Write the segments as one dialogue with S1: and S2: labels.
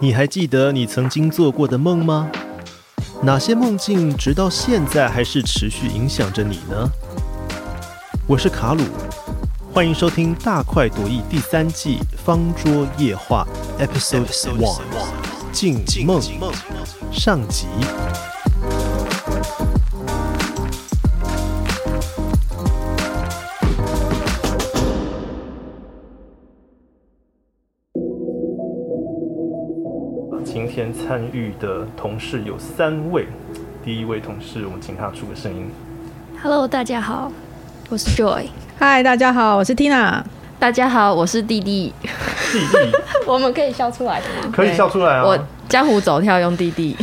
S1: 你还记得你曾经做过的梦吗？哪些梦境直到现在还是持续影响着你呢？我是卡鲁，欢迎收听《大快朵颐》第三季《方桌夜话》Episode One，静梦上集。今天参与的同事有三位，第一位同事，我们请他出个 声音。
S2: Hello，大家好，我是 Joy。
S3: 嗨，大家好，我是 Tina。
S4: 大家好，我是弟弟。
S1: 弟弟
S4: 我们可以笑出来的吗？
S1: 可以笑出来啊！
S4: 我江湖走跳用弟弟，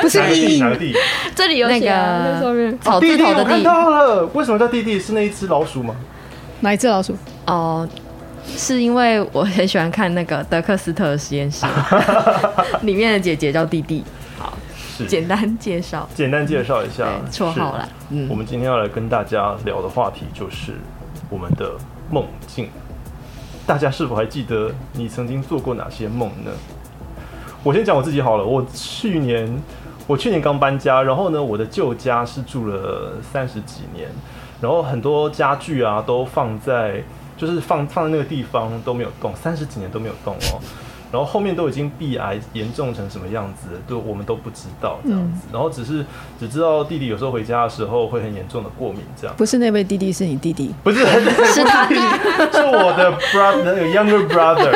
S1: 不
S3: 是
S1: 弟
S3: 弟
S1: 哪个弟？
S2: 这里有
S4: 那
S2: 写啊、
S4: 个哦
S2: 在上面，
S4: 草
S1: 弟
S4: 字
S1: 弟，
S4: 头的
S1: 我看
S4: 弟。
S1: 到了。为什么叫弟弟？是那一只老鼠吗？
S3: 哪一只老鼠？
S4: 哦、是因为我很喜欢看那个德克斯特的实 验室，里面的姐姐叫弟弟。
S1: 是。
S4: 简单介绍，
S1: 简单介绍一下
S4: 对绰号啦嗯
S1: 是嗯我们今天要来跟大家聊的话题就是我们的梦境。大家是否还记得你曾经做过哪些梦呢？我先讲我自己好了。我去年，我去年刚搬家，然后呢，我的旧家是住了三十几年，然后很多家具啊都放在，就是放放在那个地方都没有动，三十几年都没有动哦。然后后面都已经壁癌严重成什么样子了，都我们都不知道这样子。然后只是只知道弟弟有时候回家的时候会很严重的过敏这样。
S3: 不是那位弟弟，是你弟弟。
S1: 不是，是他，是我的 brother，那个 younger brother。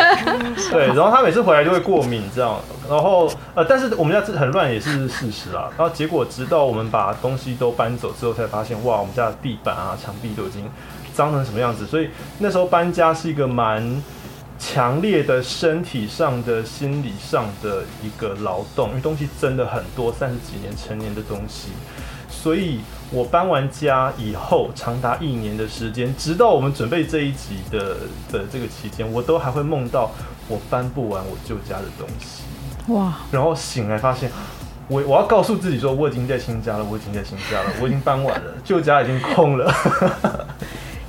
S1: 对，然后他每次回来就会过敏这样，然后呃，但是我们家很乱也是事实啊。然后结果直到我们把东西都搬走之后，才发现哇，我们家的地板啊、墙壁都已经脏成什么样子。所以那时候搬家是一个蛮强烈的身体上的、心理上的一个劳动，因为东西真的很多，三十几年成年的东西。所以我搬完家以后，长达一年的时间，直到我们准备这一集的的这个期间，我都还会梦到我搬不完我旧家的东西，
S3: 哇，
S1: 然后醒来发现，我我要告诉自己说，我已经在新家了，我已经在新家了，我已经搬完了，旧家已经空了，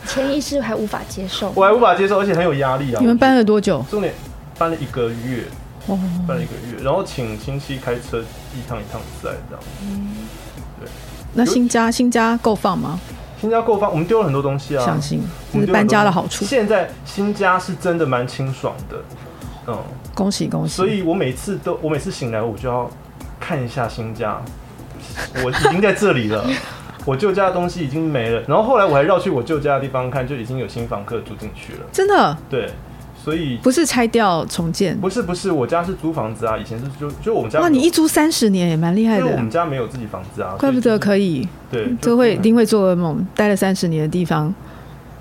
S2: 潜意识还无法接受。
S1: 我还无法接受，而且很有压力啊。
S3: 你们搬了多久？
S1: 重点搬了一个月，
S3: 哦，
S1: 搬了一个月，然后请亲戚开车一趟一趟载这样。
S3: 那新家新家够放吗？
S1: 新家购房，我们丢了很多东西啊，
S3: 相信
S1: 我
S3: 这
S1: 们
S3: 是
S1: 就
S3: 搬家的好处。
S1: 现在新家是真的蛮清爽的，嗯，
S3: 恭喜恭喜！
S1: 所以我每次都，我每次醒来我就要看一下新家，我已经在这里 了。我旧家的东西已经没了，然后后来我还绕去我旧家的地方看，就已经有新房客住进去了。
S3: 真的
S1: 对，所以
S3: 不是拆掉重建。
S1: 不是不是，我家是租房子啊，以前是就就我们家
S3: 哇，
S1: 没
S3: 你
S1: 有
S3: 一租三十年也蛮厉害
S1: 因为我们
S3: 的，
S1: 家没有自己房子啊，
S3: 怪不得可
S1: 以
S3: 以，
S1: 对，就
S3: 这会一定会做噩梦。待了三十年的地方，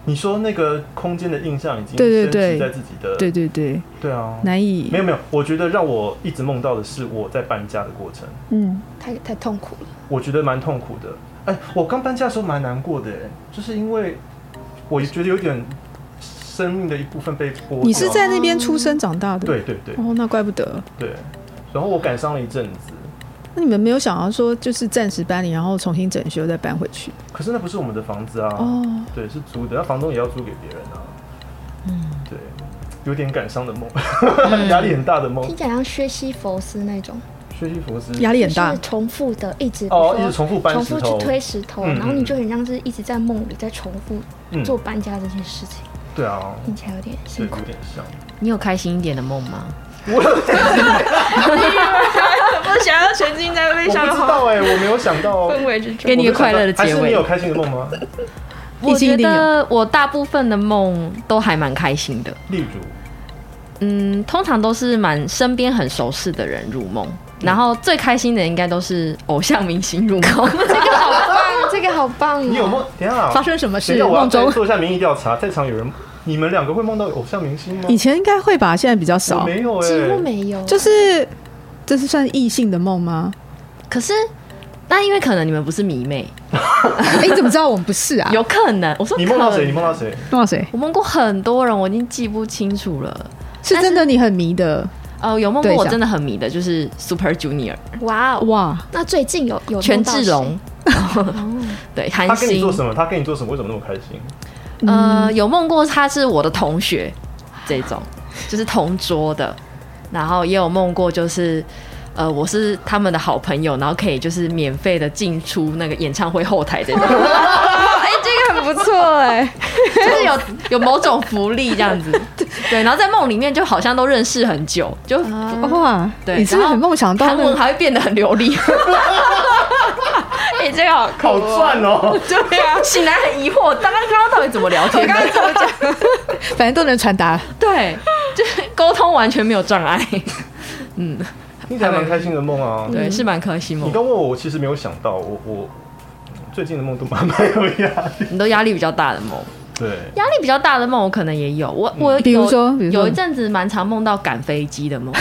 S1: 你说那个空间的印象已经
S3: 对对
S1: 深植
S3: 对
S1: 在自己的
S3: 对对对，
S1: 对啊，
S3: 难以
S1: 没有没有，我觉得让我一直梦到的是我在搬家的过程，
S3: 嗯，
S2: 太太痛苦了，
S1: 我觉得蛮痛苦的。哎，我刚搬家的时候蛮难过的，就是因为我觉得有点生命的一部分被剥夺。
S3: 你是在那边出生长大的，
S1: 对对对
S3: 哦，那怪不得。
S1: 对，然后我感伤了一阵子，
S3: 那你们没有想要说，就是暂时搬离，然后重新整修再搬回去？
S1: 可是那不是我们的房子啊，
S3: 哦，
S1: 对，是租的，那房东也要租给别人啊。嗯，对，有点感伤的梦，
S3: 嗯
S1: 压力很大的梦
S2: 听。起来像薛西佛斯那种，
S1: 薛西佛斯，
S3: 压力很大
S2: 就是。重复的，一直
S1: 哦
S2: 比如说
S1: 一直重复搬
S2: 重复
S1: 石头
S2: 去推石头，
S1: 嗯
S2: 然后你就很像是一直在梦里在重复
S1: 嗯
S2: 做搬家这件事情，
S1: 对啊，
S3: 嗯
S2: 听起来有点辛
S1: 对，
S2: 苦
S1: 有。点像。
S4: 你有开心一点的梦吗？
S2: 我想要沉浸在悲
S1: 我不知道哎，我没有想到哦。
S2: 围之中
S4: 给你一个快乐的结
S1: 还是你
S4: 尾
S1: 有。开心的梦吗？
S4: 我
S3: 一定
S4: 觉
S3: 一定有
S4: 得我大部分的梦都还蛮开心的，
S1: 例如，
S4: 嗯，通常都是蛮身边很熟识的人入梦，然后最开心的应该都是偶像明星入梦。
S2: 这个好棒，这个好棒、哦。
S1: 你有梦？等一下啊，
S3: 发生什么
S1: 等
S3: 事？
S1: 一下我要
S3: 梦
S1: 再
S3: 中
S1: 做一下民意调查，在场有人，你们两个会梦到偶像明星吗？
S3: 以前应该会吧，现在比较
S1: 我
S3: 少。
S1: 没有哎，
S2: 几乎没有，
S3: 就是这是算异性的梦吗？
S4: 可是，那因为可能你们不是迷妹，
S3: 哎，你怎么知道我们不是啊？
S4: 有可能。我说
S1: 你梦到谁？
S4: 可
S1: 你梦到谁？
S3: 梦到谁？
S4: 我梦过很多人，我已经记不清楚了。
S3: 是真的你很迷的
S4: 哦，有梦过
S3: 对
S4: 我
S3: 象
S4: 真的很迷的，就是 Super Junior
S2: 哇哦！
S3: 哇！
S2: 那最近有有
S4: 权
S2: 梦到
S4: 志龙
S2: 谁，
S4: 对
S1: 他
S4: 韩
S1: 跟你
S4: 星
S1: 做，什么？他跟你做什么？为什么那么开 心？
S4: 呃，有梦过他是我的同学，这种就是同桌的。然后也有梦过就是。呃，我是他们的好朋友，然后可以就是免费的进出那个演唱会后台 这种，
S5: 哎，这个很不错哎，
S4: 就是有有某种福利这样子，对，然后在梦里面就好像都认识很久，就
S2: 啊
S5: 哇，
S4: 对，
S3: 啊你是不是很
S4: 然后
S3: 梦想到
S4: 韩
S3: 那
S4: 文
S3: 个
S4: 还会变得很流 利，
S5: 哎，这个好酷
S1: 好
S5: 哦
S1: 赚哦！
S4: 对啊， 醒来很疑惑，刚刚刚刚到底怎么聊 天的？
S3: 反正都能传达。
S4: 对，就是沟通完全没有障碍，嗯，
S1: 你还蛮开心的梦啊。
S4: 对，是蛮开心
S1: 你
S4: 梦，
S1: 刚问我，我其实没有想到，我我最近的梦都蛮蛮有压力。
S4: 你都压力比较大的梦，
S1: 对，
S4: 压力比较大的梦我可能也有，我我有
S3: 比如说比如说
S4: 有一阵子蛮常梦到赶飞机的 梦，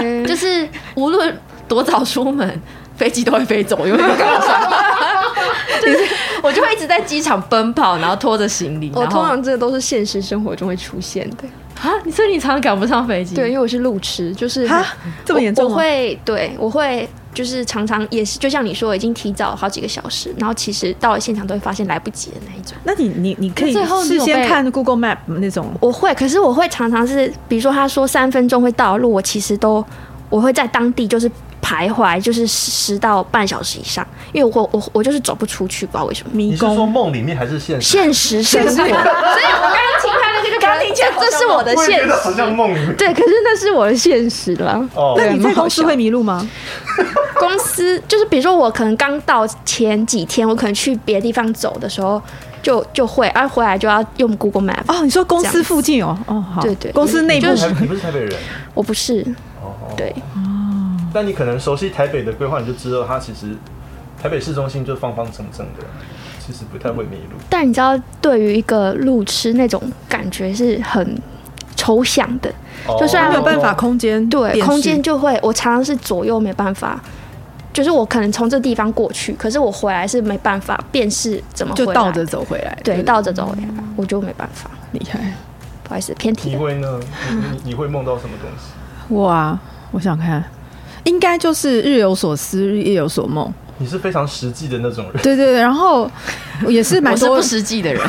S2: 嗯
S4: 就是无论多早出门，飞机都会飞走，因为没有赶上。 就是我就会一直在机场奔跑，然后拖着行李。
S2: 我
S4: 然
S2: 通
S4: 后
S2: 常这都是现实生活中会出现的，
S4: 啊，你所以你常常赶不上飞机。
S2: 对，因为我是路痴，就是
S3: 哈这么严重啊
S2: 我
S3: 吗
S2: 我会对，我会就是常常也是，就像你说，已经提早好几个小时，然后其实到了现场都会发现来不及的那一种。
S3: 那你你你可以
S4: 最后你有
S3: 事先
S4: 被
S3: 看 Google Map 那种，
S2: 我会，可是我会常常是，比如说他说三分钟会到的路，我其实都我会在当地就是徘徊，就是十十到半小时以上，因为我我我就是走不出去，不知道为什么。
S3: 迷
S1: 你是说
S3: 宫
S1: 梦里面还是现实？
S2: 现实生活，所以我刚刚听他的这个，刚听见这是我的
S1: 我也
S2: 现
S1: 觉得好
S2: 实，
S1: 像梦里面。
S2: 对，可是那是我的现实了。
S1: 哦，
S3: 那你在公司
S2: 对蛮好笑
S3: 会迷路吗？
S2: 公司就是比如说我可能刚到前几天，我可能去别的地方走的时候就就会，而、回来就要用 Google Map。
S3: 哦，你说公
S2: 这
S3: 司
S2: 样子
S3: 附近哦，哦好，
S2: 对对
S3: 公司内部
S2: 就
S1: 你不是台你不是台北人，
S2: 我不是，
S1: 哦哦，
S2: 对，
S1: 但你可能熟悉台北的规划，你就知道它其实台北市中心就方方正正的，其实不太会迷路。
S2: 但你知道，对于一个路痴那种感觉是很抽象的，就虽
S1: 哦
S2: 然
S3: 没有
S2: 我
S3: 办法，空间
S2: 啊对，
S3: 辨识
S2: 空间就会，我常常是左右没办法，就是我可能从这地方过去，可是我回来是没办法辨识怎么回
S3: 就
S2: 来
S3: 倒着，走回来，
S2: 对，
S3: 不
S2: 倒着走回来，我就没办法，
S3: 厉害
S2: 不好意思，偏题
S1: 你
S2: 了。
S1: 会呢？你你你会梦到什么东西？
S3: 哇！我想看，应该就是日有所思，日夜有所梦，
S1: 你是非常实际的那种人，
S3: 对对对，然后也是蛮
S4: 我是
S3: 多
S4: 不实际的人，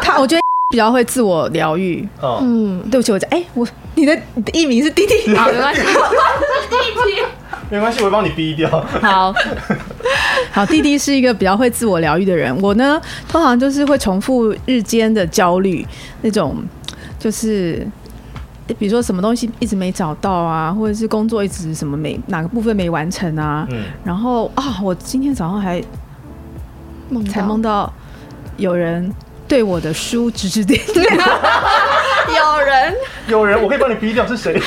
S3: 他，我觉得比较会自我疗愈。
S1: 哦，
S2: 嗯，
S3: 对不起，我讲，哎，我你的你的艺名是弟弟，
S4: 好，没关系，
S1: 没关系，我会帮你逼掉。
S4: 好，
S3: 好，弟弟是一个比较会自我疗愈的人。我呢，通常就是会重复日间的焦虑，那种就是。比如说什么东西一直没找到啊，或者是工作一直什么没哪个部分没完成啊，
S1: 嗯，
S3: 然后啊、我今天早上还
S2: 梦
S3: 才
S2: 到
S3: 梦到有人对我的书指指点点，
S5: 有人
S1: 有人我可以帮你逼掉是谁？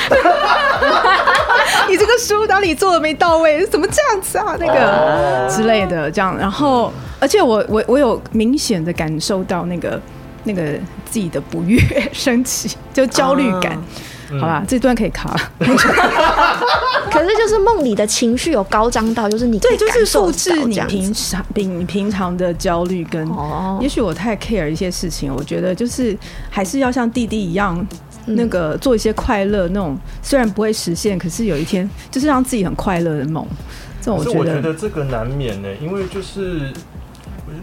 S3: 你这个书哪里做的没到位，怎么这样子啊？那个
S1: 哦
S3: 之类的，这样。然后，而且我我我有明显的感受到那个那个自己的不悦升起，就焦虑感。
S1: 嗯
S3: 好啦，这段可以卡。
S2: 可是就是梦里的情绪有高涨到，就是你可以
S3: 对，就是
S2: 感受得
S3: 复
S2: 到
S3: 制你
S2: 这样子
S3: 平常平平常的焦虑跟，
S2: 哦
S3: 也许我太 care 一些事情，我觉得就是还是要像弟弟一样。
S2: 嗯
S3: 那个做一些快乐那种，虽然不会实现，可是有一天就是让自己很快乐的梦，这种我
S1: 可是
S3: 哦觉
S1: 我觉
S3: 得
S1: 得这个难免呢、因为就是，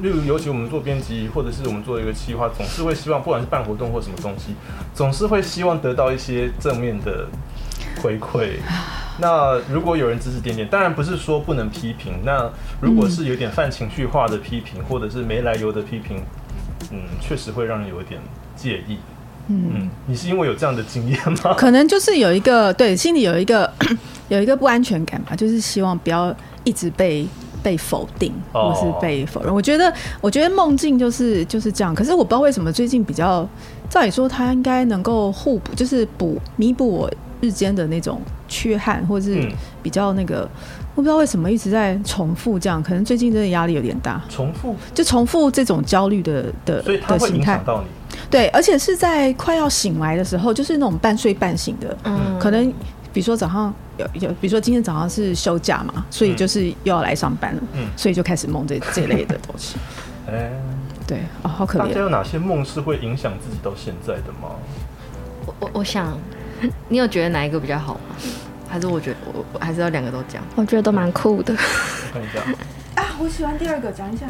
S1: 例如尤其我们做编辑，或者是我们做一个企划，总是会希望，不管是办活动或什么东西，总是会希望得到一些正面的回馈。那如果有人指指点点，当然不是说不能批评。那如
S3: 嗯
S1: 果是有点泛情绪化的批评，或者是没来由的批评，嗯，确实会让人有一点介意。嗯，你是因为有这样的经验吗？
S3: 可能就是有一个对心里有一个 有一个不安全感吧，就是希望不要一直被被否定
S1: 哦
S3: 或是被否认。我觉得，我觉得梦境就是就是这样。可是我不知道为什么最近比较，照理说它应该能够互补，就是补弥补我日间的那种缺憾，或是
S1: 嗯
S3: 比较那个。我不知道为什么一直在重复这样，可能最近真的压力有点大，
S1: 重复，
S3: 就重复这种焦虑的的
S1: 所以它
S3: 的
S1: 会
S3: 形
S1: 影
S3: 态
S1: 响。到你。
S3: 对，而且是在快要醒来的时候，就是那种半睡半醒的，可能比如说早上有有，比如说今天早上是休假嘛，所以就是又要来上班了，
S1: 嗯
S3: 所以就开始梦这这类的东西。
S1: 哎、
S3: 对，哦，好可
S1: 大家
S3: 怜。
S1: 有哪些梦是会影响自己到现在的吗？
S4: 我我我想，你有觉得哪一个比较好吗？还是我觉得我我还是要两个都讲。
S2: 我觉得都蛮酷的。，
S1: 我看一下，
S3: 啊，我喜欢第二个，讲一下。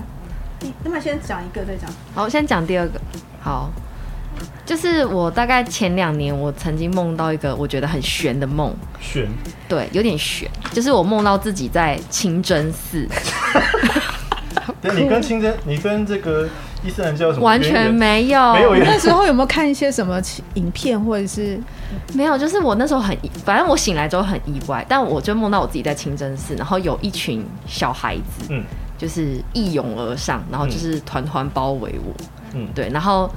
S3: 你那么先讲一个再讲。
S4: 好，我先讲第二个。好，就是我大概前两年，我曾经梦到一个我觉得很悬的梦，
S1: 选
S4: 对，有点悬，就是我梦到自己在清真寺，
S1: 对，你跟清真，你跟这个伊斯兰教有什么
S4: 完
S1: 渊
S4: 全
S1: 源
S4: 没有，
S1: 没有
S3: 那
S1: 缘
S3: 时候有没有看一些什么影片，或者 是
S4: 没有，就是我那时候很意，反正我醒来之后很意外，但我就梦到我自己在清真寺，然后有一群小孩子，
S1: 嗯
S4: 就是一拥而上，然后就是团团包围我，
S1: 嗯
S4: 对，然后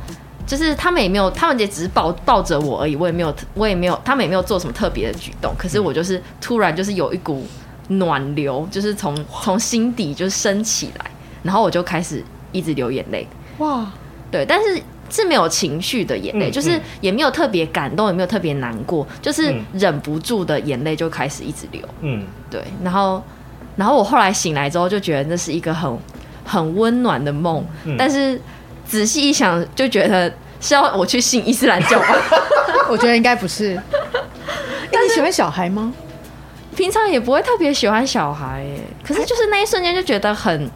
S4: 就是他们也没有，他们也只是抱抱着我而已，我也没有，我也没有，他们也没有做什么特别的举动，可是我就是突然就是有一股暖流，就是从从心底就是升起来，然后我就开始一直流眼泪，
S3: 哇？
S4: 对，但是是没有情绪的眼泪，
S1: 嗯
S4: 就是
S1: 嗯
S4: 也没有特别感动，也没有特别难过，就是
S1: 嗯
S4: 忍不住的眼泪就开始一直流。
S1: 嗯，
S4: 对，然后，然后我后来醒来之后就觉得那是一个很很温暖的梦，
S1: 嗯
S4: 但是仔细一想就觉得是要我去信伊斯兰教吧。
S3: 我觉得应该不 是。那你喜欢小孩吗？
S4: 平常也不会特别喜欢小孩耶，可
S1: 哎
S4: 是就是那一瞬间就觉得很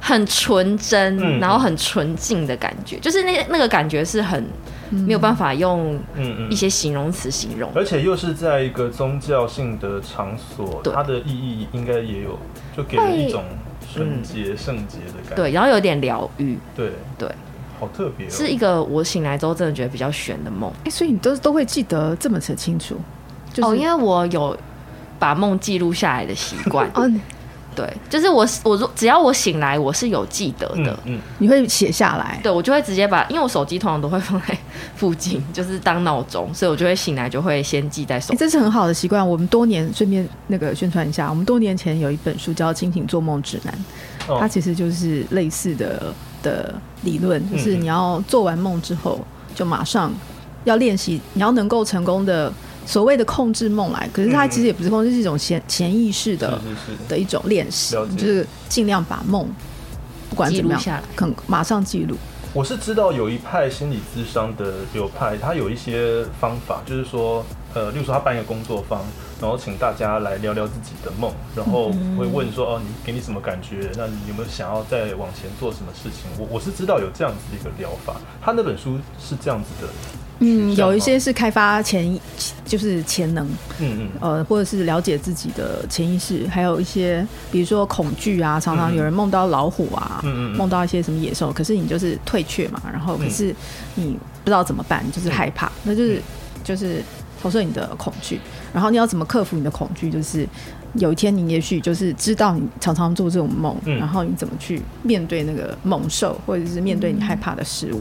S4: 很纯真，
S1: 嗯
S4: 然后很纯净的感觉，就是那那个感觉是很没有办法用
S1: 嗯嗯
S4: 一些形容词形容。
S1: 而且又是在一个宗教性的场所，
S4: 对
S1: 它的意义应该也有，就给人一种纯洁、圣洁的感觉。
S4: 对，然后有点疗愈，
S1: 对
S4: 对，
S1: 好特别、哦。
S4: 是一个我醒来之后真的觉得比较悬的梦。
S3: 哎、所以你都都会记得这么清清楚，就是、
S4: 哦，因为我有把梦记录下来的习惯
S2: 哦，
S4: 对，就是我我如只要我醒来，我是有记得的。
S1: 嗯嗯，
S3: 你会写下来。
S4: 对，我就会直接把，因为我手机通常都会放在附近， 就是当闹钟，所以我就会醒来就会先记在手
S3: 诶。这是很好的习惯。我们多年顺便那个宣传一下，我们多年前有一本书叫《清醒做梦指南》，
S1: 哦
S3: 它其实就是类似的的理论，就是
S1: 嗯
S3: 你要做完梦之后，就马上要练习，你要能够成功的所谓的控制梦来。可是它
S1: 嗯嗯
S3: 其实也不是控制，是一种潜潜意识的
S1: 是是是。
S3: 的一种练习
S1: 嗯了，解
S3: 就是尽量把梦不管怎么样
S4: 记录下来，
S3: 肯马上记录。
S1: 我是知道有一派心理咨商的流派，它有一些方法，就是说，呃，例如说他办一个工作坊，然后请大家来聊聊自己的梦，然后
S3: 嗯
S1: 会问说，哦，你给你什么感觉？那你有没有想要再往前做什么事情？我我是知道有这样子的一个疗法，他那本书是这样子的，
S3: 嗯，
S1: 这样
S3: 有一
S1: 吗
S3: 些是开发潜，就是潜能，
S1: 嗯嗯
S3: 呃，或者是了解自己的潜意识，还有一些比如说恐惧啊，常常有人梦到老虎啊，
S1: 嗯嗯嗯
S3: 梦到一些什么野兽，可是你就是退却嘛，然后可是你不知道怎么办，你
S1: 嗯
S3: 就是害怕，那就是就是投射你的恐惧，然后你要怎么克服你的恐惧，就是。有一天，你也许就是知道你常常做这种梦，
S1: 嗯
S3: 然后你怎么去面对那个猛兽，或者是面对你害怕的事物，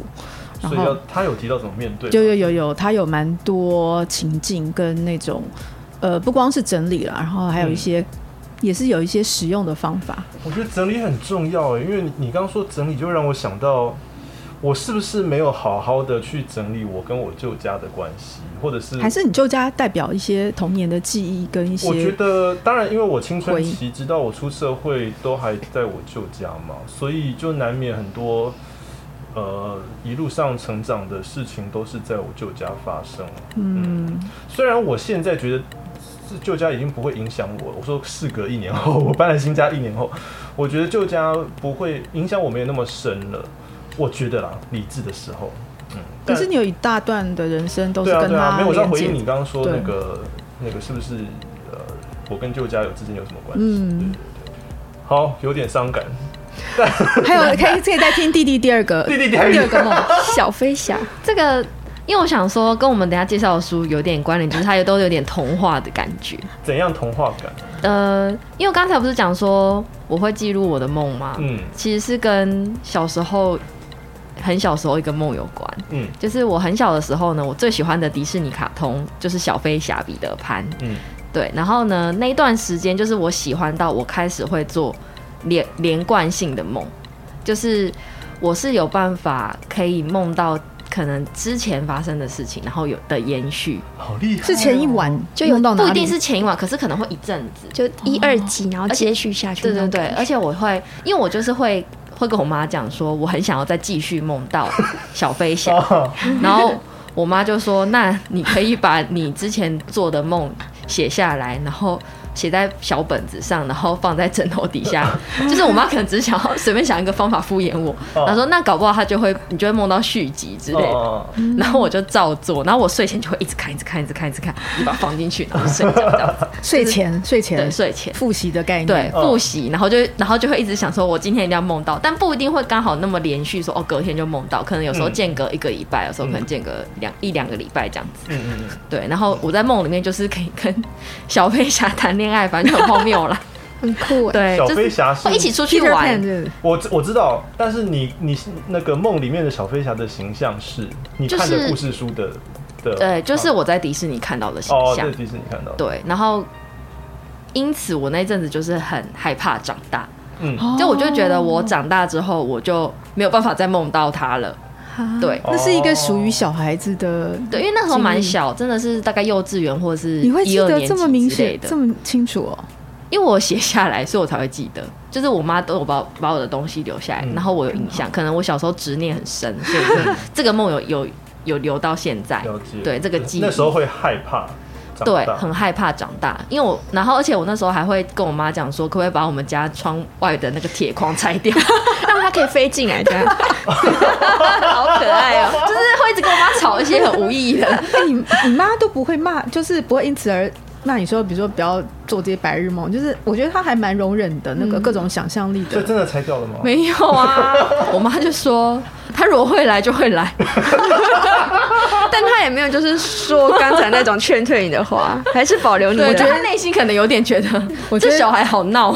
S3: 然
S1: 嗯所
S3: 后
S1: 以要他有提到怎么面对吗，
S3: 有有有有，它有蛮多情境跟那种，呃，不光是整理了，然后还有
S1: 嗯
S3: 一些，也是有一些实用的方法。
S1: 我觉得整理很重要欸诶，因为你你刚刚说整理，就让我想到我是不是没有好好的去整理我跟我舅家的关系，或者是
S3: 还是你舅家代表一些童年的记忆跟一
S1: 嗯我觉
S3: 些，
S1: 得，当然，因为我青春
S3: 回忆
S1: 期直到我出社会都还在我舅家嘛，所以就难免很多呃一路上成长的事情都是在我舅家发生。
S3: 嗯，
S1: 虽然我现在觉得是旧家已经不会影响我，我说事隔一年后，我搬来新家一年后，我觉得旧家不会影响我没有那么深了，我觉得啦，理智的时候，嗯，
S3: 可
S1: 但
S3: 是你有一大段的人生
S4: 哦
S3: 都是
S1: 对啊
S3: 跟
S1: 对啊，
S3: 他
S1: 没有，我是要
S3: 连
S1: 回
S3: 接
S1: 应你
S3: 的。
S1: 刚刚说那
S3: 对
S1: 个那个是不是呃，我跟旧家有之间有什么关系？
S3: 嗯
S1: 对对对，好，有点伤感。
S3: 还有可以可以再听弟弟第二个
S1: 弟弟
S3: 第
S1: 第二个
S3: 二个梦，
S2: 小飞侠，
S4: 这个，因为我想说跟我们等一下介绍的书有点关联，就是它也都有点童话的感觉。
S1: 怎样童话感？
S4: 呃，因为我刚才不是讲说我会记录我的梦吗？
S1: 嗯
S4: 其实是跟小时候很小时候一个梦有关。
S1: 嗯
S4: 就是我很小的时候呢，我最喜欢的迪士尼卡通就是小飞侠彼得潘。
S1: 嗯，
S4: 对，然后呢，那一段时间就是我喜欢到我开始会做连连贯性的梦，就是我是有办法可以梦到可能之前发生的事情，然后有的延续，
S1: 好厉害、
S3: 是前一。
S1: 哦
S3: 晚
S2: 就有
S3: 梦到哦哪
S4: 不
S3: 里？
S4: 一定是前一晚，可是可能会一阵子。
S2: 就一二
S3: 哦
S2: 集，然后接续下去
S4: 对
S2: 那
S4: 对
S2: 种感觉。
S4: 对，而且我会，因为我就是会会跟我妈讲说，我很想要再继续梦到小飞侠，
S1: 哦，
S4: 然后我妈就说：“那你可以把你之前做的梦写下来，然后写在小本子上，然后放在枕头底下。 就是我妈可能只是想要随便想一个方法敷衍我，
S1: 哦
S4: 她说那搞不好她就会你就会梦到续集之类的。
S1: 哦
S4: 然后我就照做，然后我睡前就会一直看，一直看，一直看，一直看，一直把它放进去，然后睡觉这样子。
S3: 睡前睡前
S4: 对，睡前
S3: 复习的概念，
S4: 对
S1: 嗯
S4: 复习，然后就然后就会一直想说，我今天一定要梦到，但不一定会刚好那么连续说哦，隔天就梦到，可能有时候
S1: 嗯
S4: 间隔一个礼拜，有时候可能
S1: 嗯
S4: 间隔两一两个礼拜这样子。
S1: 嗯嗯嗯，
S4: 对，然后我在梦里面就是可以跟小飞侠谈恋爱，反正就很荒谬 啦。
S2: 很酷哎。
S4: 对，
S1: 小
S4: 就
S1: 飞
S4: 是
S1: 侠是
S4: 会一起出去
S3: Peter Pan
S4: 玩。
S3: 对对
S1: 我知我知道，但是你你是那个梦里面的小飞侠的形象是你看
S4: 就是
S1: 的故事书的的，啊
S4: 对，就是我在迪士尼看到的形
S1: 嗯哦，
S4: 象
S1: 这。迪士尼看到的，
S4: 对，然后因此我那一阵子就是很害怕长大，
S1: 嗯，
S4: 就我就觉得我长大之后我就没有办法再梦到他了。对
S1: 哦
S3: 那是一个属于小孩子的，
S4: 对，因为那时候蛮小，真的是大概幼稚园或者是
S3: 你会记
S4: 一二
S3: 得
S4: 年
S3: 这么
S4: 级
S3: 明
S4: 之类
S3: 显、
S4: 的
S3: 这，么清楚哦？
S4: 因为我写下来，所以我才会记得。就是我妈都有把把我的东西留下来，
S1: 嗯
S4: 然后我有印象，可能我小时候执念很深，所以这 这个梦有有有留到现在
S1: 了解，。
S4: 对这个记忆，
S1: 那时候会害怕长
S4: 对，
S1: 大，
S4: 很害怕长大，因为我，然后而且我那时候还会跟我妈讲说，可不可以把我们家窗外的那个铁框拆 掉，
S2: 让它可以飞进来，这 样
S5: 好可爱哦！
S4: 就是会一直跟我妈吵一些很无意义的。
S3: 那哎你你妈都不会骂，就是不会因此而骂你说，比如说不要做这些白日梦，就是我觉得她还蛮容忍的，
S4: 嗯
S3: 那个各种想象力
S1: 所
S3: 的
S1: 以。真的拆掉了吗？
S4: 没有啊， 我妈就说，她如果会来就会来，
S2: 但他也没有就是说刚才那种劝退你的话，还是保留你
S4: 对，
S2: 的。
S4: 我觉得她内心可能有点觉得，
S3: 我觉得
S4: 这小孩好闹，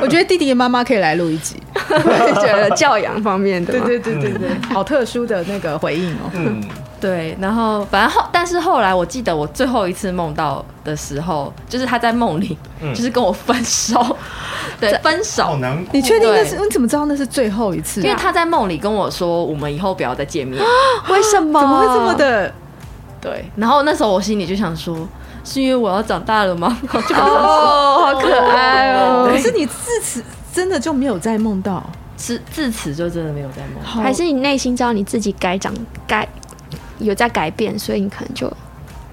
S3: 我觉得弟弟的妈妈可以来录一集，
S2: 就觉得教养方面的嘛，嗯
S3: 对对对，好特殊的那个回应哦。
S1: 嗯，
S4: 对，然后反正后，但是后来我记得我最后一次梦到的时候，就是她在梦里，
S1: 嗯
S4: 就是跟我分手， 对，分手
S1: 好，难过，
S3: 你确定那是？
S4: 对
S3: 你怎么知道那是最后一次啊？
S4: 因为她在梦里跟我说，我们以后不要再 见面。
S2: 为什么？
S3: 怎么会这么？的？
S4: 对，然后那时候我心里就想说，是因为我要长大了吗？然后就把它
S2: 哦，好可爱哦！
S3: 可是你自此真的就没有再梦到，
S4: 自自此就真的没有再梦到。
S2: 还是你内心知道你自己该长该有在改变，所以你可能就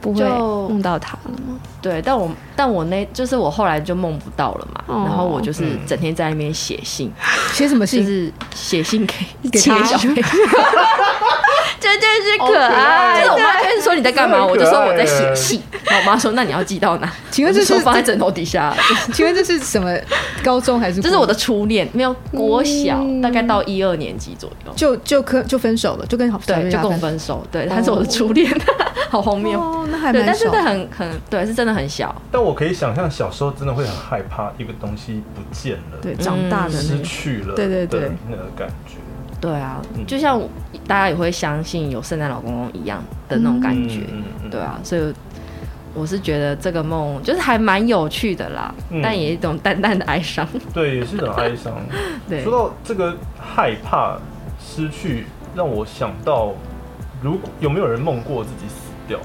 S2: 不会
S4: 就
S2: 梦到他了吗？
S4: 对，但我但我那就是我后来就梦不到了嘛，
S2: 哦
S4: 然后我就是
S3: 嗯
S4: 整天在那边写信，
S3: 写什么
S4: 就
S3: 信？
S4: 是写 信给
S3: 给
S4: 写
S3: 他
S4: 小妹，
S2: 这就是可爱
S3: 哦
S4: 就是我妈就是说你在干嘛，
S1: 真的
S4: 我就说我在
S1: 很可
S4: 写
S1: 爱
S4: 信，然后我妈说那你要寄到哪？
S3: 欸请问
S4: 我就
S3: 这是
S4: 说放在枕头底下，
S3: 请问这是什么高中还是？
S4: 这是我的，初恋，没有国小
S2: 嗯，
S4: 大概到一二年级左右，
S3: 就就可就分手了，就跟好
S4: 对，就跟我
S3: 手。
S4: 分手，对，她是我的初恋， 好荒谬。
S3: 哦，那还
S4: 对，
S3: 蛮
S4: 但是
S3: 熟
S4: 真的。很很对，是真的很小。
S1: 但我可以想象小时候真的会很害怕一个东西不见了，
S3: 对，，长大的那
S1: 失
S3: 个，
S1: 去了，
S3: 对对对，
S1: 那个感觉，
S4: 对啊，
S1: 嗯
S4: 就像大家也会相信有圣诞老公公一样的那种感觉，
S1: 嗯嗯嗯
S4: 对啊，所以我是觉得这个梦就是还蛮有趣的啦，
S1: 嗯
S4: 但也一种淡淡的哀 伤。
S1: 对，也是很 哀伤。
S4: 对
S1: 说，到这个害怕失去，让我想到，如果有没有人梦过自己死掉？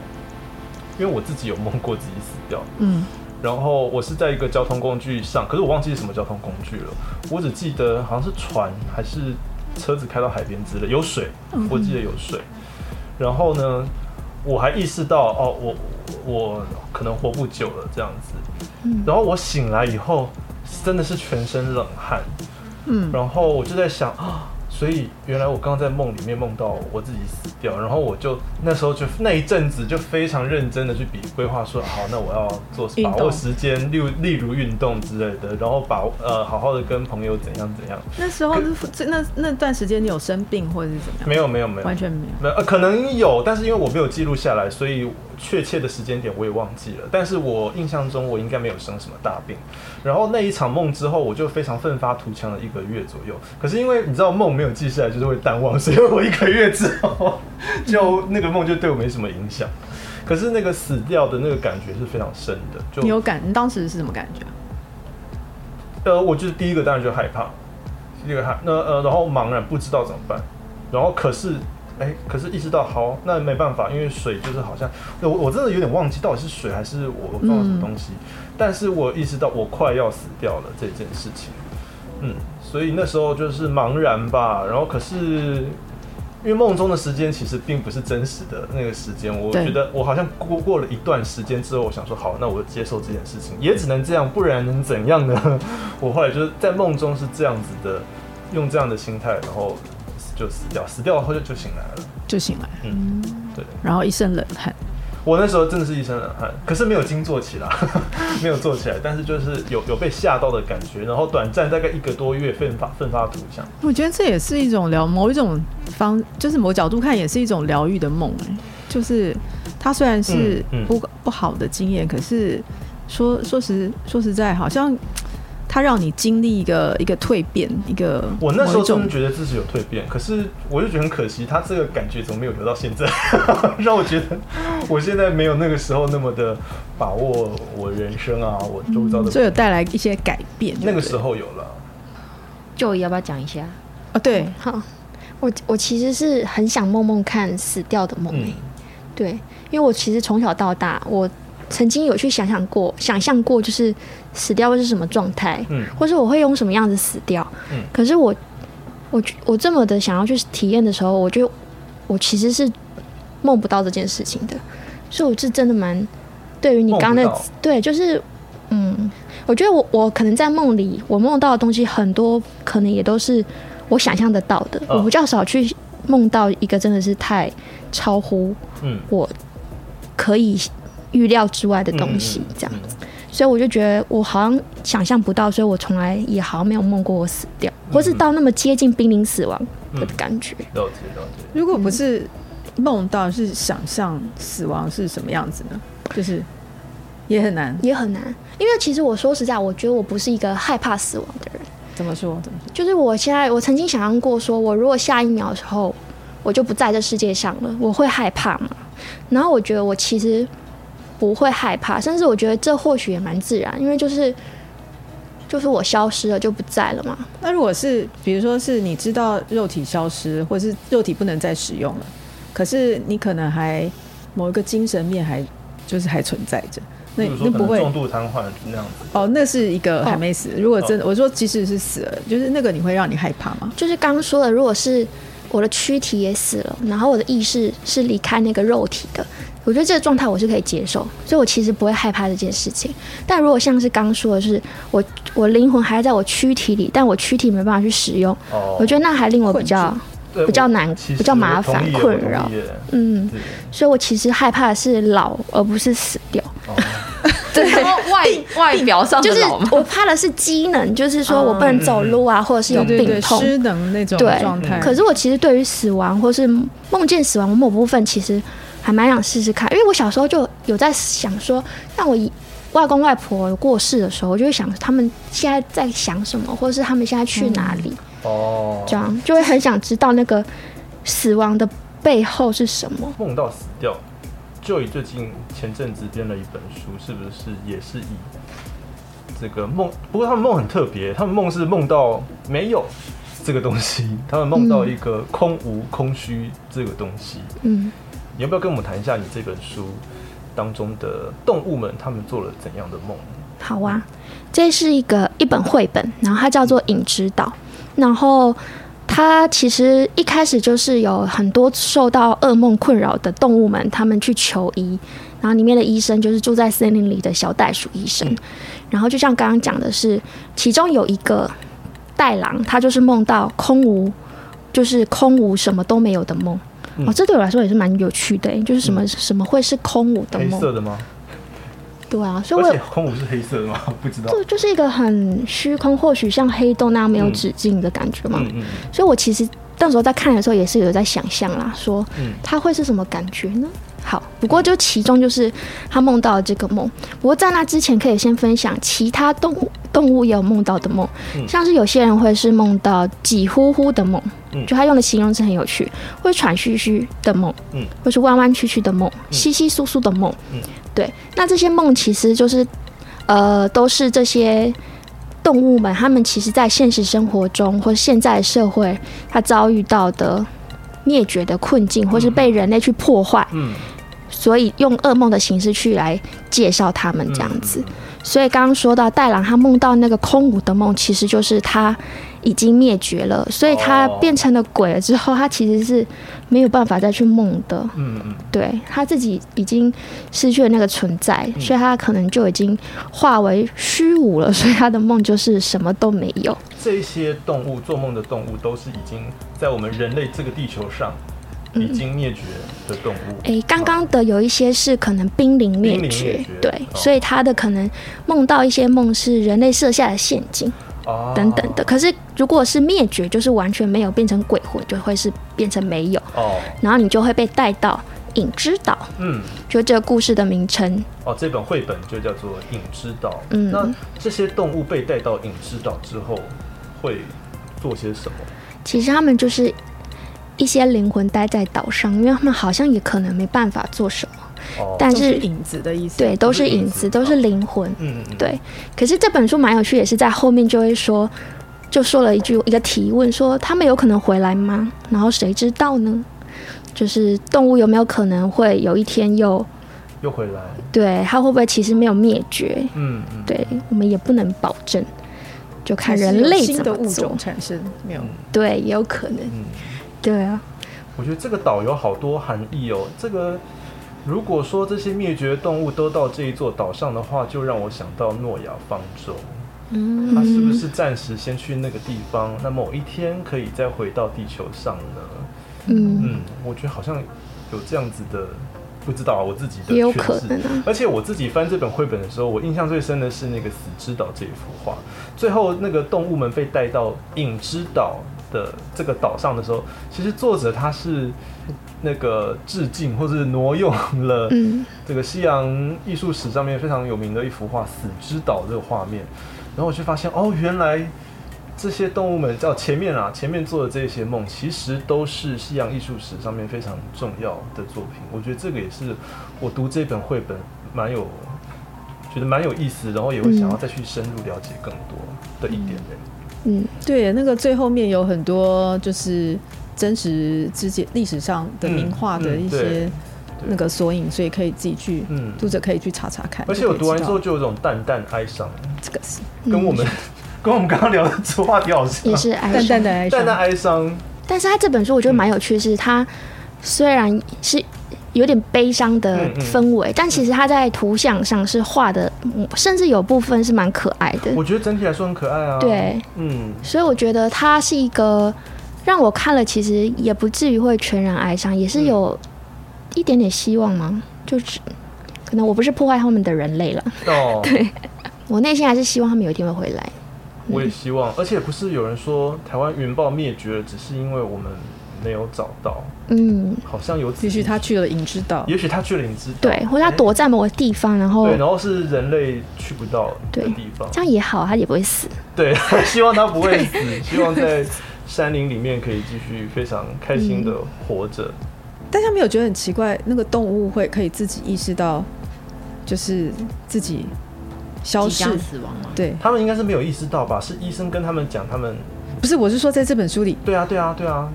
S1: 因为我自己有梦过自己死掉，
S3: 嗯，
S1: 然后我是在一个交通工具上，可是我忘记是什么交通工具了，我只记得好像是船还是车子开到海边之类，有水，我记得有水。然后呢，我还意识到哦，我我可能活不久了这样子。
S3: 嗯
S1: 然后我醒来以后，真的是全身冷汗。
S3: 嗯
S1: 然后我就在想啊，所以原来我刚刚在梦里面梦到我自己死掉，然后我就那时候就那一阵子就非常认真的去比规划说，好，那我要做
S3: 运
S1: 把
S3: 动
S1: 握时间，例如例如运动之类的，然后把呃好好的跟朋友怎样怎样，
S3: 那时候是那那段时间你有生病或者是怎么样？
S1: 没有没有没有，
S3: 完全没有。
S1: 没有呃可能有，但是因为我没有记录下来，所以确切的时间点我也忘记了。但是我印象中我应该没有生什么大病。然后那一场梦之后，我就非常奋发图强了一个月左右。可是因为你知道梦没有记下来，就是会淡忘，所 以我一个月之后就那个梦就对我没什么影响。可是那个死掉的那个感觉是非常深的，
S3: 你有
S1: 就
S3: 感，你当时是什么感觉？
S1: 呃，我就是第一个当然就害怕，第一个害那呃，然后茫然不知道怎么办，然后可是哎、可是意识到好，那没办法，因为水就是好像我我真的有点忘记到底是水还是我我放了什么东西，但是我意识到我快要死掉了这件事情，嗯，所以那时候就是茫然吧，然后可是因为梦中的时间其实并不是真实的那个时间。我
S3: 对
S1: 觉得我好像过过了一段时间之后，我想说好，那我接受这件事情，也只能这样，不然能怎样呢？ 我后来就是在梦中是这样子的，用这样的心态，然后就死掉，死掉后就就醒来了。
S3: 就醒来，
S1: 嗯，对，
S3: 然后一身冷汗。
S1: 我那时候真的是一身冷汗，可是没有惊坐起来， 没有坐起来，但是就是有有被吓到的感觉，然后短暂大概一个多月奋发奋发图强。
S3: 我觉得这也是一种疗，某一种方，就是某角度看也是一种疗愈的梦、哎，就是它虽然是
S1: 嗯嗯
S3: 不、不好的经验，可是说说实说实在，好像它让你经历一个一个蜕变，一个
S1: 我那时
S3: 某
S1: 候
S3: 一
S1: 真
S3: 种
S1: 的觉得自己有蜕变，可是我就觉得很可惜，他这个感觉怎么没有留到现在， 让我觉得我现在没有那个时候那么的把握我人生啊，我周
S2: 嗯
S1: 遭的。
S3: 所以有带来一些改变。
S1: 那个
S3: 对不对
S1: 时候有了，
S4: 就要不要讲一下？
S3: 啊，对，
S2: 好，我我其实是很想梦梦看死掉的梦、欸
S1: 嗯，
S2: 对，因为我其实从小到大，我曾经有去想想过，想象过就是死掉会是什么状态，
S1: 嗯
S2: 或是我会用什么样子死掉。
S1: 嗯
S2: 可是我，我我这么的想要去体验的时候，我就我其实是梦不到这件事情的，所以我是真的蛮对于你刚刚
S1: 梦
S2: 那
S1: 不到
S2: 对，就是嗯，我觉得我我可能在梦里，我梦到的东西很多，可能也都是我想象得到的，
S1: 嗯
S2: 我比较少去梦到一个真的是太超乎
S1: 嗯，
S2: 我可以预料之外的
S1: 嗯
S2: 东西，这样。
S1: 嗯
S2: 所以我就觉得我好像想象不到，所以我从来也好像没有梦过我死掉，或是到那么接近濒临死亡
S1: 嗯
S2: 的感觉。
S1: 了解了解。
S3: 如果不是梦到，是想象死亡是什么样子呢？就是也很难。
S2: 也很难，因为其实我说实在，我觉得我不是一个害怕死亡的人。
S3: 怎么说？怎么说？
S2: 就是我现在，我曾经想象过说，我如果下一秒的时候我就不在这世界上了，我会害怕吗？然后我觉得我其实不会害怕，甚至我觉得这或许也蛮自然，因为就是就是我消失了就不在了嘛。
S3: 那如果是，比如说是你知道肉体消失，或是肉体不能再使用了，可是你可能还某一个精神面还就是还存在着，那
S1: 比如说
S3: 那
S1: 可
S3: 不
S1: 能
S3: 会
S1: 重度瘫痪那样子，
S3: 哦，那是一个还没死。如果
S1: 哦
S3: 真的，我说即使是死了，就是那个你会让你害怕吗？
S2: 就是刚刚说的，如果是我的躯体也死了，然后我的意识是离开那个肉体的，我觉得这个状态我是可以接受，所以我其实不会害怕这件事情。但如果像是刚刚说的是，我我灵魂还在我躯体里，但我躯体没办法去使用，
S1: 哦
S2: 我觉得那还令我比较
S1: 对
S2: 比较
S1: 我
S2: 难
S1: 其实
S2: 比较麻烦
S1: 我同意耶
S2: 困
S1: 我同
S2: 扰
S1: 意耶
S2: 嗯，
S1: 对
S2: 所以我其实害怕的是老而不是死掉，
S1: 哦，
S4: 对，外外表上
S2: 就
S4: 的
S2: 是
S4: 老吗？哦嗯
S2: 我怕的是机能，就是说我不能走路啊，或者是有
S3: 对对
S2: 病
S3: 对，
S2: 痛。
S3: 失能那种
S2: 对
S3: 状态。
S2: 可是我其实对于死亡或是梦见死亡某部分，其实还蛮想试试看，因为我小时候就有在想说，像我外公外婆过世的时候，我就会想他们现在在想什么，或是他们现在去哪里，
S1: 哦，
S2: 这样就会很想知道那个死亡的背后是什么。
S1: 梦到死掉。Joy 最近前阵子编了一本书，是不是也是以这个梦？不过他们梦很特别，他们梦是梦到没有这个东西，他们梦到一个空无、空虚这个东西。
S2: 嗯，
S1: 你要不要跟我们谈一下你这本书当中的动物们他们做了怎样的梦？
S2: 好啊，这是一个一本绘本，然后它叫做《影之岛》，然后它其实一开始就是有很多受到噩梦困扰的动物们，他们去求医，然后里面的医生就是住在森林里的小袋鼠医生，
S1: 嗯
S2: 然后就像刚刚讲的是，其中有一个袋狼，他就是梦到空无。就是空无什么都没有的梦、
S1: 嗯
S2: 哦，这对我来说也是蛮有趣的、就是什么、什么会是空无的
S1: 黑
S2: 梦？
S1: 色的吗？
S2: 对啊，所以我
S1: 而且空无是黑色的吗？不知道。
S2: 就就是一个很虚空，或许像黑洞那样没有
S1: 嗯
S2: 止境的感觉嘛。
S1: 嗯嗯
S2: 所以我其实那时候在看的时候也是有在想象啦，说
S1: 嗯
S2: 它会是什么感觉呢？好，不过就其中就是他梦到了这个梦。不过在那之前，可以先分享其他动物动物也有梦到的梦，
S1: 嗯
S2: 像是有些人会是梦到几乎乎的梦，
S1: 嗯
S2: 就他用的形容词很有趣，会喘吁吁的梦，
S1: 嗯
S2: 或是弯弯曲曲的梦，稀稀疏疏的梦，
S1: 嗯
S2: 对。那这些梦其实就是呃，都是这些动物们，他们其实在现实生活中或现在社会，它遭遇到的灭绝的困境，或是被人类去破坏，
S1: 嗯，
S2: 所以用噩梦的形式去来介绍他们
S1: 嗯
S2: 这样子。所以刚刚说到戴朗，他梦到那个空无的梦，其实就是他已经灭绝了，所以它
S1: 哦
S2: 变成了鬼了之后，它其实是没有办法再去梦的。
S1: 嗯嗯，
S2: 对他自己已经失去了那个存在，所以他可能就已经化为虚无了，所以他的梦就是什么都没有。
S1: 这些动物做梦的动物都是已经在我们人类这个地球上已经灭绝的动物。
S2: 诶，刚刚的有一些是可能濒临灭
S1: 濒临灭
S2: 绝
S1: 绝，
S2: 对，
S1: 哦
S2: 所以他的可能梦到一些梦是人类设下的陷阱
S1: 哦
S2: 等等的。可是如果是灭绝，就是完全没有变成鬼魂，就会是变成没有，
S1: 哦，
S2: 然后你就会被带到影之岛，
S1: 嗯。
S2: 就这个故事的名称。
S1: 哦，这本绘本就叫做《影之岛》。
S2: 嗯
S1: 那这些动物被带到影之岛之后，会做些什么？
S2: 其实他们就是一些灵魂待在岛上，因为他们好像也可能没办法做什么，
S1: 哦，
S2: 但
S3: 都是
S2: 是
S3: 影子的意思。
S2: 对，都是
S1: 影
S2: 影
S1: 子
S2: 子，都是灵魂。
S1: 嗯嗯，嗯，
S2: 对，可是这本书蛮有趣，也是在后面就会说，就说了一句一个提问说，他们有可能回来吗？然后谁知道呢？就是动物有没有可能会有一天又
S1: 又回来。
S2: 对它会不会其实没有灭绝？
S1: 嗯嗯，
S2: 对我们也不能保证，就看
S3: 还是有
S2: 人类
S3: 新
S2: 怎
S3: 的
S2: 么
S3: 物
S2: 做
S3: 种。产生没有？
S2: 对，也有可能。
S1: 嗯
S2: 对啊，
S1: 我觉得这个岛有好多含义哦。这个如果说这些灭绝动物都到这一座岛上的话，就让我想到诺亚方舟。
S4: 嗯，
S1: 它是不是暂时先去那个地方，那某一天可以再回到地球上呢？
S2: 嗯，
S1: 嗯，我觉得好像有这样子的，不知道啊我自己的
S2: 也有
S1: 诠
S2: 可
S1: 释
S2: 能啊。
S1: 而且我自己翻这本绘本的时候，我印象最深的是那个《死之岛》这一幅画。最后那个动物们被带到影之岛的这个岛上的时候，其实作者他是那个致敬或者是挪用了
S2: 嗯
S1: 这个西洋艺术史上面非常有名的一幅画《死之岛》这个画面，然后我就发现哦，原来这些动物们叫前面啊，前面做的这些梦，其实都是西洋艺术史上面非常重要的作品。我觉得这个也是我读这本绘本蛮有觉得蛮有意思，然后也会想要再去深入了解更多的一点点。
S2: 嗯，
S3: 对，那个最后面有很多就是真实之间历史上
S1: 嗯
S3: 的名画的一些那个索引，所以可以自己去
S1: 嗯
S3: 读者可以去查查看。
S1: 而且我读完之
S3: 就
S1: 后
S3: 可以
S1: 就有种淡淡哀伤，
S3: 知道这个是
S1: 跟我们、 跟我们刚刚聊的这话题好像
S2: 也，是哀
S3: 淡
S2: 伤。
S3: 淡的哀
S1: 淡淡
S3: 伤，
S1: 哀伤。
S2: 但是他这本书我觉得蛮有趣，是他虽然是有点悲伤的
S1: 嗯嗯
S2: 氛围，但其实他在图像上是画的，嗯甚至有部分是蛮可爱的
S1: 我。觉得整体来说很可爱啊。
S2: 对，
S1: 嗯，
S2: 所以我觉得他是一个让我看了，其实也不至于会全然哀伤，也是有一点点希望嘛。就是可能我不是破坏他们的人类了，
S1: 哦，对，
S2: 我内心还是希望他们有一天会回来。
S1: 我也希望，而且不是有人说台湾云豹灭绝了，只是因为我们没有找到，
S2: 嗯，
S1: 好像有，
S3: 也许他，去了影之岛，
S1: 也许他去了，你知道，
S2: 对，或者他躲在某个地方，然后
S1: 对，然后是人类去不到的
S2: 对
S1: 地方，
S2: 这样也好，他也不会死。
S1: 对， 希望他不会死，希望在山林里面可以继续非常开心的
S2: 嗯
S1: 活着。
S3: 但他们有觉得很奇怪，那个动物会可以自己意识到，就是自己消
S4: 即
S3: 逝。
S4: 将死亡吗？
S3: 对，
S1: 他们应该是没有意识到吧？是医生跟他们讲，他们
S3: 不是，我是说在这本书里，
S1: 对啊，对啊，对啊。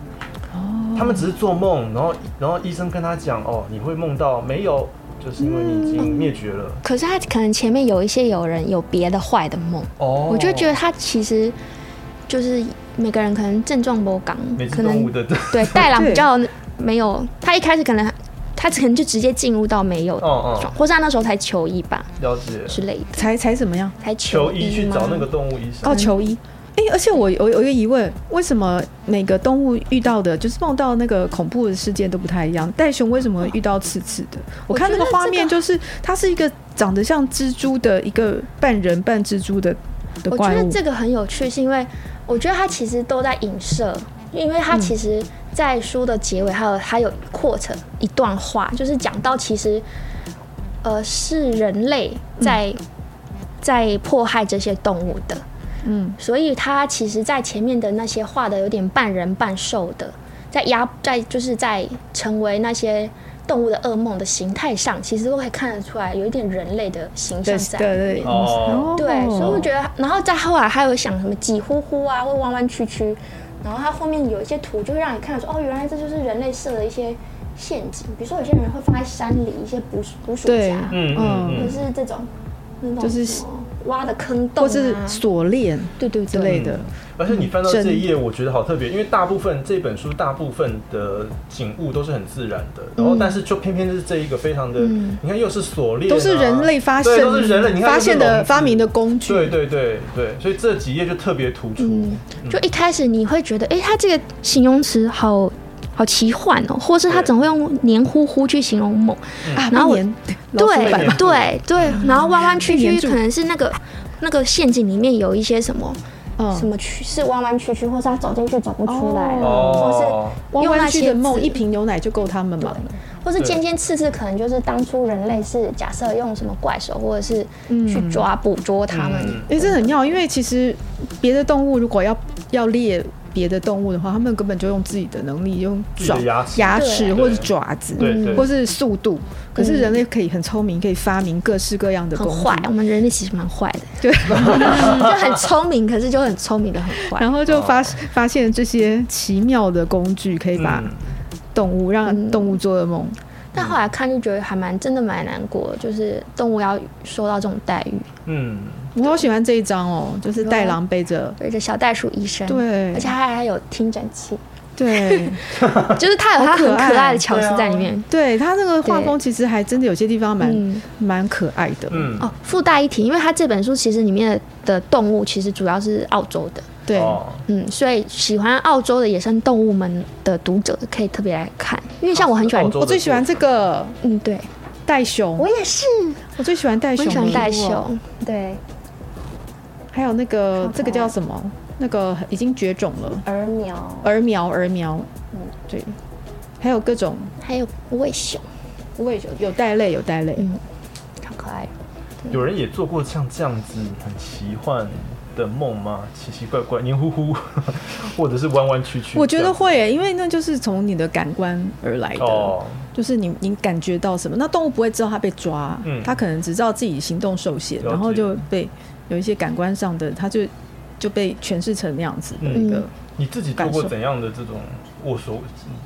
S2: 哦
S1: 他们只是做梦，然后然后医生跟他讲，哦，你会梦到没有，就是因为
S2: 嗯
S1: 你已经灭绝了。
S2: 可是他可能前面有一些有人有别的坏的梦，
S1: 哦，
S2: 我就觉得他其实就是每个人可能症状不同
S1: 每，只
S2: 可
S1: 动物
S2: 能
S1: 的
S2: 对带狼比较没有，他一开始可能他可能就直接进入到没有的
S1: 哦哦
S2: 状，或是他那时候才求医吧
S1: 了解，
S2: 之类的，
S3: 才才怎么样？
S2: 才
S1: 求医
S2: 医
S1: 去
S2: 吗
S1: 找那个动物医生。
S3: 哦，球衣。哎、而且我我有一个疑问，为什么每个动物遇到的，就是梦到那个恐怖的事件都不太一样？袋熊为什么遇到刺刺的？我看那个画面，就是它是一个长得像蜘蛛的一个半人半蜘蛛的
S2: 我
S3: 的
S2: 觉
S3: 怪
S2: 得
S3: 物。
S2: 这个很有趣，是因为我觉得它其实都在影射，因为它其实，在书的结尾还有还有 quote 一段话，就是讲到其实，呃，是人类在、在迫害这些动物的，
S3: 嗯，
S2: 所以它其实，在前面的那些画的有点半人半兽的，在压在就是在成为那些。动物的噩梦的形态上，其实都可以看得出来，有一点人类的形象
S3: 对
S2: 在。
S3: 对对，
S1: 哦
S2: 对，所以我觉得，然后再后来还有想什么几乎乎啊，或弯弯曲曲，然后它后面有一些图，就会让你看得出哦，原来这就是人类设的一些陷阱，比如说有些人会放在山里一些捕鼠捕鼠
S3: 对
S2: 夹，
S1: 嗯嗯
S2: 或
S1: 嗯，
S2: 是这种那种
S3: 就是
S2: 什么挖的坑洞、啊，
S3: 或是锁链
S2: 对对
S3: 之
S2: 对，
S3: 类的
S1: 嗯，而且你翻到
S3: 真
S1: 这一页，我觉得好特别，因为大部分这本书大部分的景物都是很自然的，然
S3: 嗯
S1: 后但是就偏偏是这一个非常的，
S2: 嗯
S1: 你看又是锁链啊、
S3: 都是人类发现
S1: 对，都是人类你看
S3: 发现
S1: 又是笼
S3: 的
S1: 子
S3: 发明的工具。
S1: 对对对对，所以这几页就特别突出。
S2: 嗯，就一开始你会觉得，哎、它这个形容词好好奇幻哦，或是它
S1: 对
S2: 怎么会用黏糊糊去形容某？
S3: 啊，
S2: 然后我
S3: 被粘老鼠
S2: 对
S3: 板
S1: 板
S2: 对对，然后弯弯曲
S3: 被
S2: 曲
S3: 粘，住
S2: 可能是那个那个陷阱里面有一些什么。
S3: 嗯
S2: 什么曲是弯弯曲曲，或是他走进去走不出来，
S1: 哦
S2: 或是用
S3: 弯
S2: 那
S3: 弯
S2: 些
S3: 曲的梦，
S2: 字
S3: 一瓶牛奶就够他们忙了。
S2: 或是尖尖刺刺，可能就是当初人类是假设用什么怪手，或者是去抓捕捉他们。
S1: 嗯
S3: 哎、这很妙，因为其实别的动物如果要要猎别的动物的话，他们根本就用自己的能力，用
S1: 自己的
S3: 爪、
S1: 牙齿
S3: 牙
S1: 对
S3: 齿或是爪子，
S1: 对对
S3: 或是速度。可是人类可以很聪明，可以发明各式各样的工
S2: 嗯很
S3: 具。
S2: 坏，嗯我们人类其实蛮坏的，
S3: 对，
S2: 就很聪明，可是就很聪明的很坏。
S3: 然后就
S1: 哦
S3: 发发现这些奇妙的工具，可以把
S1: 嗯
S3: 动物让
S2: 嗯
S3: 动物做噩梦。
S2: 但后来看就觉得还蛮真的蛮难过，就是动物要受到这种待遇，
S1: 嗯，
S3: 我好喜欢这一张哦，就是带狼背着，
S2: 而且小袋鼠医生，
S3: 对
S2: 而且它还有听诊器，
S3: 对
S2: 就是它有它
S3: 好
S2: 很
S3: 可爱
S2: 可爱的巧思在里面。
S3: 对，它那个画风其实还真的有些地方蛮
S2: 嗯
S3: 蛮可爱的。
S1: 嗯
S2: 哦，附带一提，因为它这本书其实里面的动物其实主要是澳洲的，
S3: 对，
S1: 哦
S2: 嗯，所以喜欢澳洲的野生动物们的读者可以特别来看，因为像我很喜欢
S1: 哦澳，洲
S3: 我最喜欢这个
S2: 嗯，对
S3: 袋熊，
S2: 我
S3: 我
S2: 也是，
S3: 最喜欢袋
S2: 我
S3: 熊，
S2: 很喜欢袋，熊，对，
S3: 还有那
S2: 好
S3: 个
S2: 可爱
S3: 这个叫什么？那个已经绝种了，
S2: 儿苗，嗯
S3: 儿苗，儿苗，对，还有各种，
S2: 还有无尾熊，
S3: 不会有有袋类，有袋类，
S2: 嗯好可爱。
S1: 有人也做过像这样子很奇幻的梦吗？奇奇怪怪、黏糊糊， 或者是弯弯曲曲这样？
S3: 我觉得会耶，因为那就是从你的感官而来的，
S1: 哦，
S3: 就是你你感觉到什么？那动物不会知道它被抓，
S1: 嗯
S3: 它可能只知道自己行动受限，
S1: 了解
S3: 然后就被有一些感官上的，它就就被诠释成那样子的一个。
S2: 嗯
S1: 你自己做过
S3: 感受
S1: 怎样的这种？我所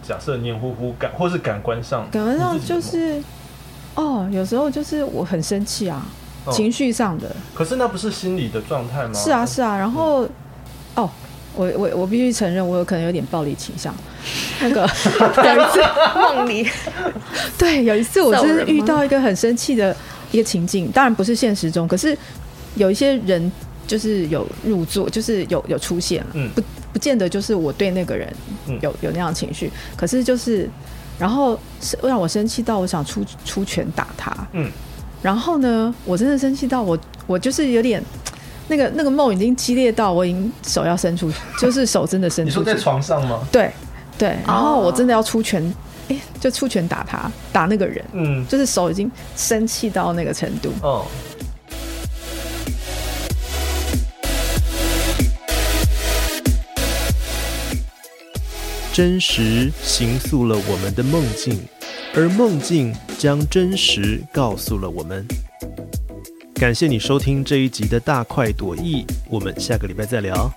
S1: 假设黏糊糊感，或是感官上，
S3: 感觉上
S1: 你自己有
S3: 就
S1: 梦
S3: 是，哦，有时候就是我很生气啊，
S1: 哦
S3: 情绪上的，
S1: 可是那不是心理的状态吗？
S3: 是啊是啊，然后，哦，我我我必须承认，我有可能有点暴力倾向。那个有一次
S5: 梦里
S3: 对，有一次我
S5: 揍
S3: 真
S5: 人
S3: 的
S5: 吗
S3: 遇到一个很生气的一个情境，当然不是现实中，可是有一些人就是有入座，就是有有出现了，
S1: 嗯
S3: 不不见得就是我对那个人
S1: 嗯
S3: 有有那样的情绪，可是就是然后是让我生气到我想出出拳打他，
S1: 嗯，
S3: 然后呢，我真的生气到我，我就是有点那个那个梦已经激烈到我已经手要伸出 去，就是手真的伸
S1: 你
S3: 出
S1: 说
S3: 去
S1: 在，床上吗？
S3: 对对，然后我真的要出拳，哎、就出拳打他，打那个人，
S1: 嗯，
S3: 就是手已经生气到那个程度。
S1: 哦，
S6: 真实形塑了我们的梦境，而梦境将真实告诉了我们。感谢你收听这一集的大快朵颐，我们下个礼拜再聊。